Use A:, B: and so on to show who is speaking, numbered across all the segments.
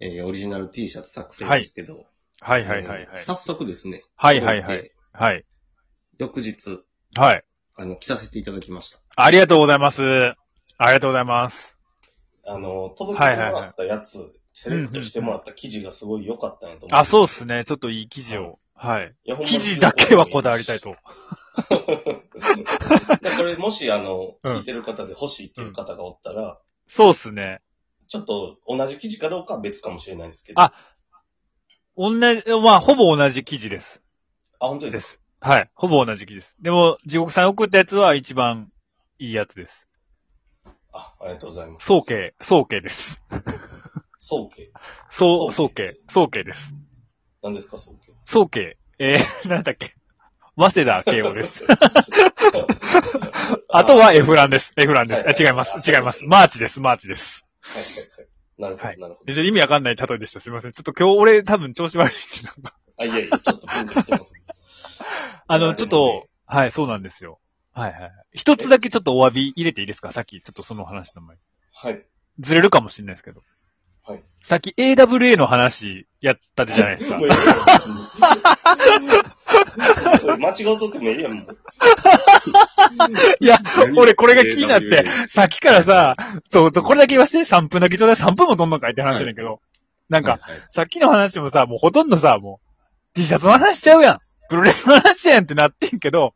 A: えーオリジナル T シャツ作成ですけど、
B: はいはいはいはい
A: えー。早速ですね、
B: はいはいはい
A: 届て。
B: はい。
A: 翌日、
B: はい。
A: あの、着させていただきました。
B: ありがとうございます。ありがとうございます。
C: あの、届けてもらったやつ、セレクトしてもらった記事がすごい良かったんやと思
B: あ、そう
C: う
B: っすね。ちょっといい記事を。はい。
C: いや。ほんま
B: 記
C: に
B: 事だけはこだわりたい。と。
C: でこれもし、あの、
B: うん
C: 聞いてる方で欲しいっていう方がおったら、
B: そうっすね。
C: ちょっと同じ記事かどうかは別かもしれないですけど。
B: あ同じ、まあ、ほぼ同じ記事です。
C: あ、本当
B: で
C: ですか。
B: す。はい。ほぼ同じ記事です。でも、地獄さん送ったやつは一番いいやつです。
C: あ、ありがとうございます。
B: 総。計、総計です。
C: 総計。総
B: 総、総
C: 計
B: 計、総計です。
C: 何ですか、総計。
B: 総計、えー、 なんだっけ。早稲田慶応です。あとはエフランです。エフランです。あ違います。違います。マーチです。マーチです。
C: はいはいはい。なるほ
B: は
C: ど、なるほど。
B: 別に意味わかんない例えでした。すいません。ちょっと今日俺多分調子悪いってなんか。
C: あ、いやいや、ちょっとピンときてます。
B: あ
C: い
B: の、
C: や
B: ちょっと、はい、そうなんですよ。はいはい。一つだけちょっとお詫び入れていいですかさっきちょっとその話の前に。
C: はい。
B: ずれるかもしれないですけど。
C: はい。
B: さっき AWA の話やったじゃないですか
C: もう。いいよ それ間違うとってもいいやん、もう。
B: いや、俺これが気になって、さっきからさ、そう、そうこれだけ言わせて、3分だけちょうだい、3分もどんどんかいって話だけど、
A: な
B: な
A: ん
B: か、、さっきの話もさ、もうほとんどさ、もう、T シャツの話しちゃうやん。プロレスの話やんってなってんけど、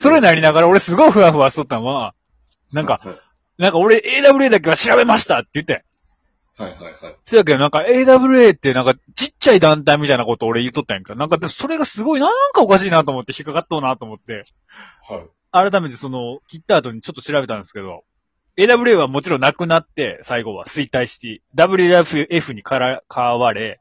B: それになりながら俺すごいふわふわしとったのは、なんか、
A: はい
B: なんか俺 AWA だけは調べましたって言って。
A: はいはいはい。
B: そうやけどなんか AWA ってなんかちっちゃい団体みたいなこと俺言っとったやんか。なんかでもそれがすごいなんかおかしいなと思って引っかかっとうなと思って、
C: はい。
B: 改めてその、切った後にちょっと調べたんですけど、AWA はもちろんなくなって、最後は衰退して、WWF にから変われ、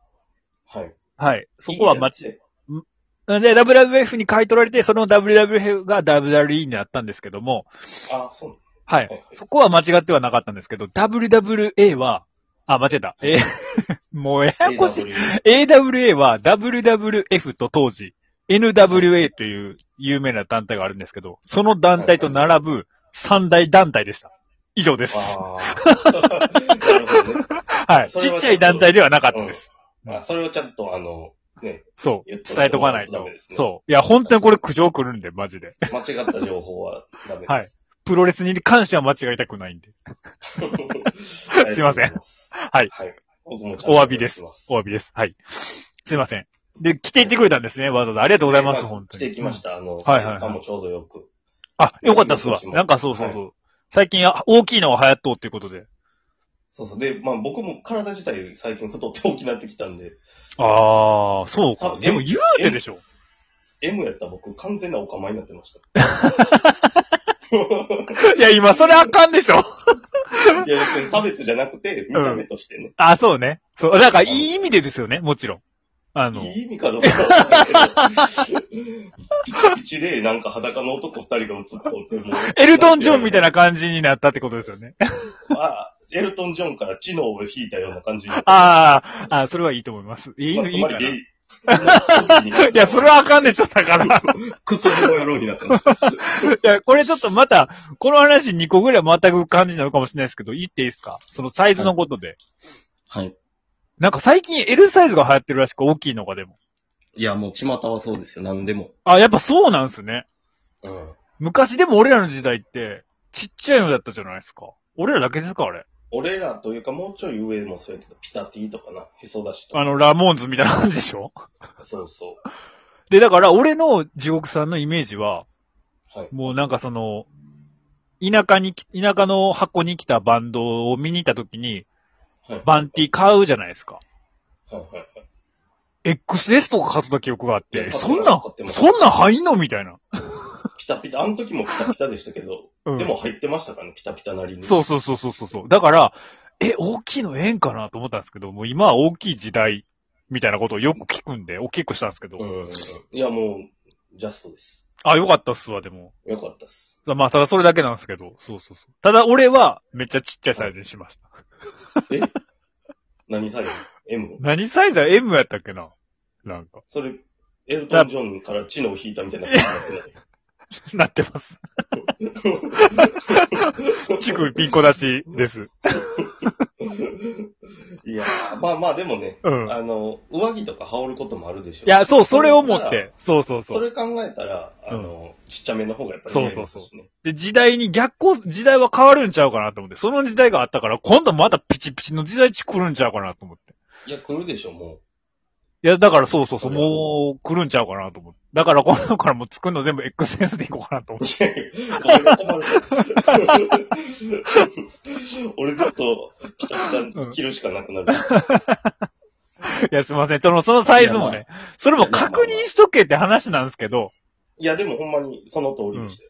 C: はい。
B: はい。そこは間違
C: いいやつって
B: で、WWF に買い取られて、その WWF が WWE になったんですけども、
C: あ、そう
B: はい。
C: はい
B: そこは間違ってはなかったんですけど、WWA は、あ、間違えた。え ーもうや
C: な
B: や
C: の。
B: こしい。
C: AW
B: AWA は WWF と当時、NWA という有名な団体があるんですけど、その団体と並ぶ三大団体でした。以上です。
C: あーなるほどね
B: はい。
C: そ
B: ち
C: れは
B: っちゃい団体ではなかった です。
C: あ。それをちゃんと、あの、ね、
B: そう。
C: 言っと
B: 伝えとかない
C: ダ
B: と
C: メで。すね
B: そう。いや、本当にこれ苦情来るんで、マジで。
C: 間違った情報はダメです。
B: はいプロレスに関しては間違いたくないんで。
C: す
B: いません
C: はいはい。僕もちゃんと
B: お詫びです
C: お詫びし。
B: お詫びです。はい。すいません。で、来ていってくれたんですね、わざわざ。ありがとうございます、本当
C: 来
B: に。
C: てきました。あの、
B: は
C: サイ
B: いはいはい
C: ズ感もちょうどよく。
B: あ、よかったっすわ。なんかそうそうそう。最近、あ大きいのが流行っとうっていうことで。
C: そうそう。で、まあ僕も体自体最近太って大きくなってきたんで、
B: ああ、そう
C: か
B: か。でも言うてでしょ。
C: M やったら僕完全なお構いになってました。
B: いや、今、それあかんでしょ。
C: いや、別に差別じゃなくて、見た目としてね。
B: あ、そうね。そう。なんか、いい意味でですよね、もちろん。あの、
C: いい意味かどうかわかんないけど、 ピチピチでなんか裸の男二人が映っとって、もう
B: エルトン・ジョンみたいな感じになったってことですよね。
C: あエルトン・ジョンから知能を引いたような感じになって。
B: あーあー、それはいいと思います。いい
C: ま
B: の、
C: あ、
B: い
C: つ
B: い
C: ま
B: か
C: り
B: な。
C: ゲイ
B: い。や、それはあかんでしょ、だから。
C: クソの野郎になってます。
B: いや、これちょっとまた、この話2個ぐらい全く感じなのかもしれないですけど、言っていいですかそのサイズのことで。
A: はい。
B: なんか最近 L サイズが流行ってるらしく、大きいのがでも。
A: いや、もう巷はそうですよ、何でも。
B: あ、やっぱそうなんすね。
C: うん。
B: 昔でも俺らの時代って、ちっちゃいのだったじゃないですか。俺らだけですかあれ。
C: 俺らというかもうちょい上もそうやけど、ピタティとかな、へそ出しとか。
B: あの、ラモーンズみたいな感じでしょ
C: そうそ
B: で、だから俺の地獄さんのイメージは、
C: う。はい。
B: もうなんかその、田舎に、田舎の箱に来たバンドを見に行った時に、
C: はい、
B: バンティ買うじゃないですか。
C: はいはいはい
B: XS とか買ってた記憶があっ
C: いや
B: て、
C: 買って
B: そ
C: ま
B: ん
C: す
B: なん
C: 買って、ます
B: そんなん入んのみたいな。
C: ピタピタ、あの時もピタピタでしたけど、
B: うん
C: でも入ってましたかね、ピタピタなりに。
B: そうそうそうそうそうそう。だから、え、大きいのええんかなと思ったんですけど、もう今は大きい時代みたいなことをよく聞くんで、大きくしたんですけど。
C: うんうんうん。いやもう、ジャストです。
B: あ、よかったっすわ、でも。
C: よかったっす。
B: まあ、ただそれだけなんですけど。そうそうそう。ただ俺は、めっちゃちっちゃいサイズにしました。
C: え何サイズ ?M?
B: 何サイズは ?M やったっけななんか。
C: それ、エルトン・ジョンから知能を引いたみたいな感
B: なってます。
C: じになってない。
B: ちくピンコ立ちです。
C: いや、まあまあでもね、
B: うん。い
C: あの、上着とか羽織ることもあるでしょ。
B: や、そう、それを思って。そうそう
C: そ
B: そう。
C: れ考えたら、あの、ちっちゃめの方がやっぱり似合いますしね。
B: そうで、時代に逆行、時代は変わるんちゃうかなと思って。その時代があったから、今度またピチピチの時代地来るんちゃうかなと思って。
C: いや、来るでしょ、も
B: いや、だからそうそう
C: そ
B: そう、
C: れは
B: もう来るんちゃうかなと思って。だから今度からもう作るの全部 XS でいこうかなと思
C: う。
B: っ
C: いやいや俺が困る。 俺ずっと、着るしかなくなる。
B: て。い や、すいません。その、そのサイズもね。それも確認しとけって話なんですけど。
C: いや、でもほんまにその通りでしたよ。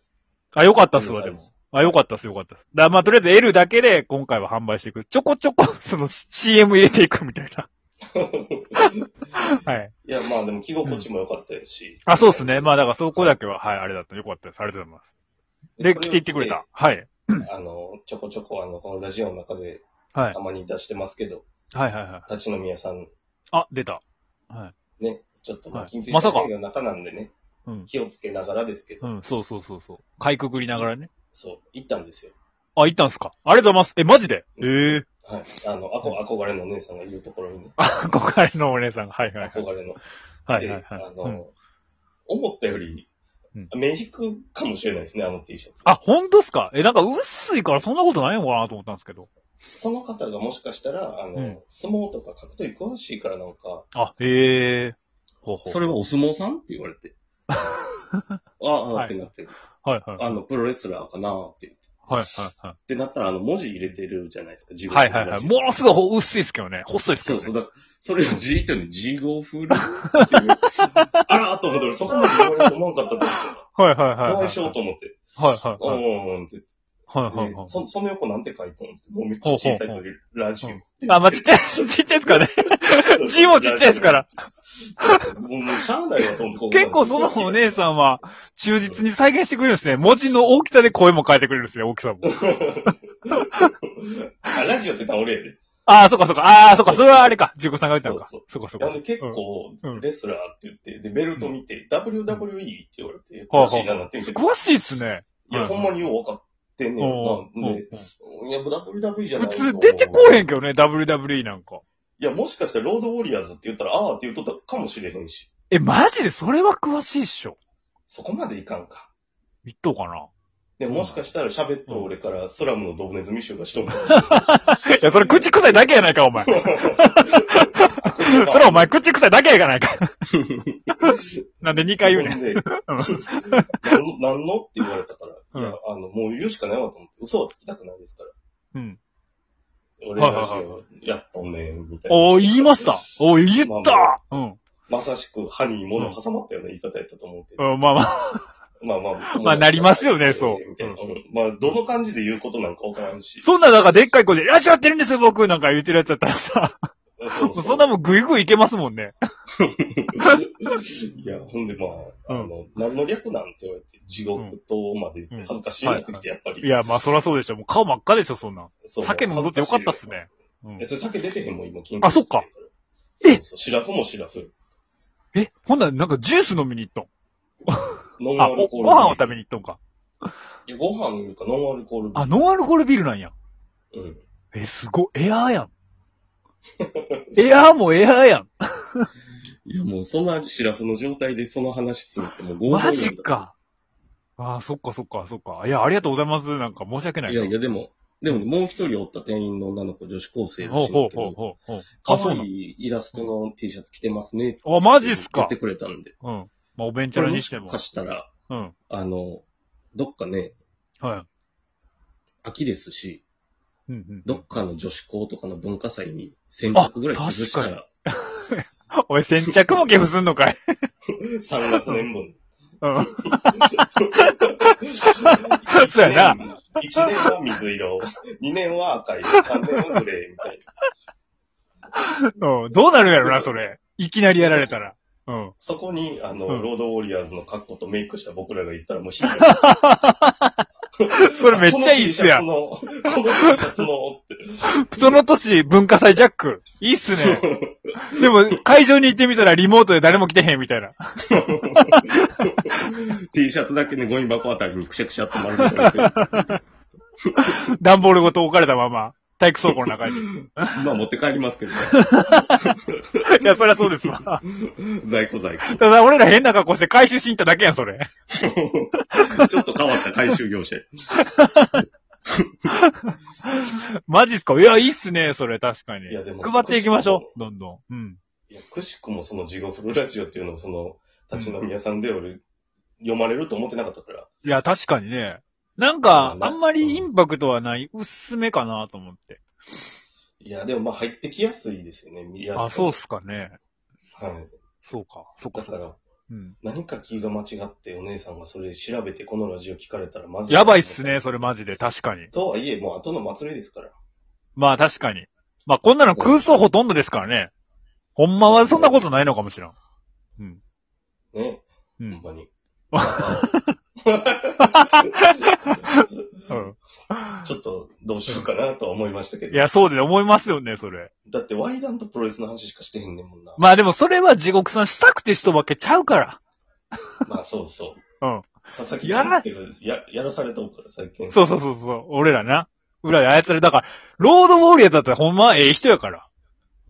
B: あ、よかったっすわ、でも。あ、よかったっす、よかったっす。だからまあ、とりあえず L だけで今回は販売していく。ちょこちょこ、 その CM 入れていくみたいな。 はい。
C: いや、まあでも着心地も良かったですし。
B: あ、そうっすね。まあ、だからそこだけは、はい、あれだった。よかったです。ありがとうございます。で、
C: それを
B: 来ていってくれた。はい。
C: あの、ちょこちょこ、あの、このラジオの中で
B: はい
C: た。まに出してますけど、
B: はいはいはい。
C: 立ち飲み屋さん
B: あ、出た。はい。
C: ね、ちょっとま
B: は
C: あ
B: い
C: 緊急
B: ま
C: 事態
B: さか
C: 宣言の中なんでね、
B: うん。
C: 気をつけながらですけど、
B: うん、そうそうそうそう。かいくぐりながらね。
C: そう、行ったんですよ。
B: あ、行ったんすか。ありがとうございます。え、マジでえ
C: う
B: え
C: んはい。あの、あこ、憧れのお姉さんがいるところにね、
B: 憧れのお姉さんが。はいはいはい。
C: 憧れの。
B: はい
C: で
B: はいはい。
C: あ
B: うん
C: の、思ったより
B: うん、
C: 目引くかもしれないですね、あの T シャツ。
B: あ、ほんとっすかえ、なんか薄いからそんなことないのかなと思ったんですけど。
C: その方がもしかしたら、あの、
B: うん
C: 相撲とか格闘技詳しいからなんか、
B: あ、へえ。ほうほう。
A: それはお相撲さんって言われ て。ああ、
B: はい
A: ってなってる。
B: はいはい。はい
A: あの、プロレスラーかなって。っ
B: はいは
A: てなったら、あの、文字入れてるじゃないですか、自
B: い。
A: 分
B: はいはいはい。ものすごいほ薄いっすけどね。細いっすけ
A: そ
B: ど
A: うそう、だか
B: ね。
A: らそれを G とね、G 号風ルっていう。
C: あらーと思って、俺そこまで言われると思わんかったと思って、
B: はいはいはい。
C: ど
B: は
C: う
B: い
C: しようと思って、う
B: はい。
C: ーんって
B: はいはい
C: で
B: はい。
C: そその横なんて書いてあるんですもうめっちゃ小さいので、ラジオ。
B: あ、まあ、ちっちゃい、ちっちゃいっすからね。 字もちっちゃいですから。
C: もう、もうしゃあないわ、と思ってこう
B: 結構そのお姉さんは忠実に再現してくれるんですね。文字の大きさで声も変えてくれるんですね、大きさも。
C: あラジオって言ったら俺やで。
B: ああ、そっかそっか。ああ、そっか。それはあれか。ジュンコさんが言ったのか。
C: そ
B: そうっかそっ
C: な
B: か
C: んで。結構
B: うんうん、
C: レスラーって言って、で、ベルト見て、WWE って言われて、
B: はあは
C: 詳
B: あ
C: しいななってんけど、
B: 詳しいっすね。
C: いや、ほんまによう分かってんね
B: うん
C: ん
B: う
C: な。
B: ん
C: で、いや、WWE じゃな
B: 普
C: い
B: 通出てこへんけどね、WWE なんか。
C: いや、もしかしたらロードウォリアーズって言ったら、ああって言っとったかもしれへんし、
B: え、マジでそれは詳しいっしょ。
C: そこまでいかんか。
B: 言っとう かな。
C: で、もしかしたら喋った俺からスラムのドブネズミ集がしとんの
B: いや、それ口臭いだけやないか、お前。 それお前口臭いだけやない か。なんで2回言うねん。
C: んで。 何のって言われたから、いや、あの、もう言うしかないわと思って、嘘はつきたくないですから。
B: うん。
C: 俺らしいやっとんねん、みたいな。
B: おー、言いました。おー、言ったうん。
C: まさしく歯に物を挟まったような言い方やったと思うけど。
B: うん、まあまあ。
C: まあまあ。
B: まあなりますよねそう
C: みたいなうんまあ、どの感じで言うことなんかわからんし。
B: そんな、なんかでっかい声で、ラジオやってるんですよ、僕なんか言ってるやつだったらさ。
C: そう
B: そんなもんグイグイいけますもんね。
C: いや、ほんでまあ、
B: うん
C: あの、何の略なんて言われて、地獄とまで言って、恥ずかしいなってきて、やっぱり。
B: いや、まあそらそうでしょ。もう顔真っ赤でしょ、そんなん。
C: そう
B: 酒飲んどってよかったっす。ね。うん
C: え、それ酒出てへんもん、今、緊
B: あそっか。
C: そうそう、シラフもシラフ。
B: え、ほんならなんかジュース飲みに行っと
C: ノ
B: ん。
C: ンア
B: あ、
C: ル
B: お
C: コ
B: ご
C: ール。
B: 飯を食べに行っとんか。
C: いやご飯いうか、ノンアルコールビ
B: あ、ノンアルコールビールなんや。
C: ール。うん。
B: え、すごい。エアーやん。エアーもエアーやん。
A: いや、もうそんなシラフの状態でその話するってもう合
B: マジか。あーそっかそっかそっか。いや、ありがとうございます。なんか申し訳ないい。
A: やいや、でも、でもねもう一人おった店員の女の子、女子高生ら
B: ほう
A: しいん
B: ほ
A: だ
B: う
A: け
B: ほう
A: ど、
B: ほうほう。あ、
A: 可
B: そう
A: 愛
B: なの
A: いイラストの T シャツ着てますね。
B: あ、マジっす
A: 買
B: か
A: っ。てくれたんで。
B: うん。まあ、お弁当
A: これ
B: に
A: も
B: し
A: して
B: も。
A: かしたら、
B: うん。
A: あの、どっかね、
B: はい。
A: 秋ですし、
B: うんうん。
A: どっかの女子校とかの文化祭に先着ぐらい潰したら、
B: おい、先着も寄付すんのかい。
C: 3学年分。
B: うん。
C: 一
B: そうや
C: 年1年は水色、2年は赤い、3年はグレーみたいな。
B: うんどうなるんやろな、それ。いきなりやられたら。うん。
C: そこに、あの、
B: うん
C: ロードウォリアーズの格好とメイクした僕らが行ったらもう引いて
B: それめっちゃいいっすやん。
C: この T シャツの、この T シャツのって。
B: その年、文化祭ジャック。いいっすね。 でも、会場に行ってみたらリモートで誰も来てへんみたいな。
A: T シャツだけね、ゴ ミ箱あたりにくしゃくしゃって丸められてる。
B: 段ボールごと置かれたまま。体育倉庫の中 に。
A: まあ持って帰りますけど、
B: いや、そりゃそうですわ。 だか
A: 在庫在庫。
B: ら俺ら変な格好して回収しに行っただけやん、それ。
A: ちょっと変わった回収業者。
B: マジっすかいや、いいっすね、それ、確かに。
C: いやでも
B: 配っていきましょう、どんどん。うん。
C: いや、くしくもその地獄ラジオっていうのをその、立ち飲み屋さんで俺、読まれると思ってなかったから。
B: いや、確かにね。なんか、
C: ま
B: あ
C: あなん
B: まりインパクトはない、薄めかなと思って。
C: いや、でもまあ入ってきやすいですよね、見やすい。
B: あ、そうっすかね。
C: はい。
B: そうか、そう
C: だ
B: か、そ
C: か
B: うか。
C: ら、
B: うん。
C: 何か気が間違ってお姉さんがそれ調べてこのラジオ聞かれたらまずい。
B: やばいっすね、それマジで、確かに。
C: とはいえ、もう後の祭りですから。
B: まあ、確かに。まあ、こんなの空想ほとんどですからね。ほんまはそんなことないのかもしれん。
C: ね。ほ
B: う
C: ん
B: ん。
C: まに。
B: うん
C: ちょっとどうしようかなとは思いましたけ
B: い
C: ど。
B: や、そうで思いますよね、それ。
C: だってワイダンとプロレスの話しかしてへんねんもんな。
B: まあでもそれは地獄さんしたくてしたわけちゃうから。
C: まあそうそう。
B: うん。
C: 佐々木
B: やら
C: 健介がですややらされたから最近。
B: そうそうそうそう。俺らな。裏で操れ。だから、ロードウォーリアーだったらほんまはええ人やから。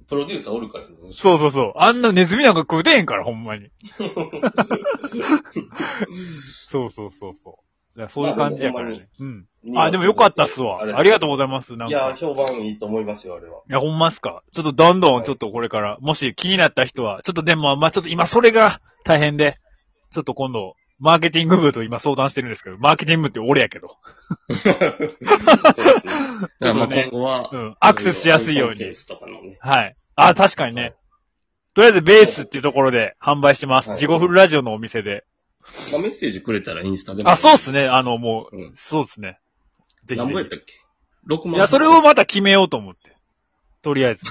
C: プロデューサーおるからね。
B: そうそうそう。あんなネズミなんか食うてへんから、ほんま に。そうそうそうそう。だからそういう感じやからね。うん。あ、でもよかったっすわ。ありがとうございます。なん
C: い
B: か。
C: や、評判いいと思いますよ、あれは。
B: いや、ほんまっすか。ちょっとどんどん、ちょっとこれから、もし気になった人は、ちょっとでも、まあ、ちょっと今それが大変で、ちょっと今度、マーケティング部と今相談してるんですけど、マーケティング部って俺やけど。
C: そうですね
A: じゃあまあ
B: ちょっとね
A: 今後は
B: う、ん。アクセスしやすいよう
C: ケー
B: に。
C: スとかのね。
B: はい。あ、確かにね。とりあえずベースっていうところで販売してま
C: は
B: す。
C: い
B: ジゴフルラジオのお店で。
A: まあメッセージくれたらインスタでも。
B: あ、そうっすね。あの、もう
A: うん、
B: そうっすね。ぜひ
A: 何ぼや
B: ぜ
A: ったっけ ?6
B: ひ。
A: 万。
B: いや、それをまた決めようと思って。とりあえず。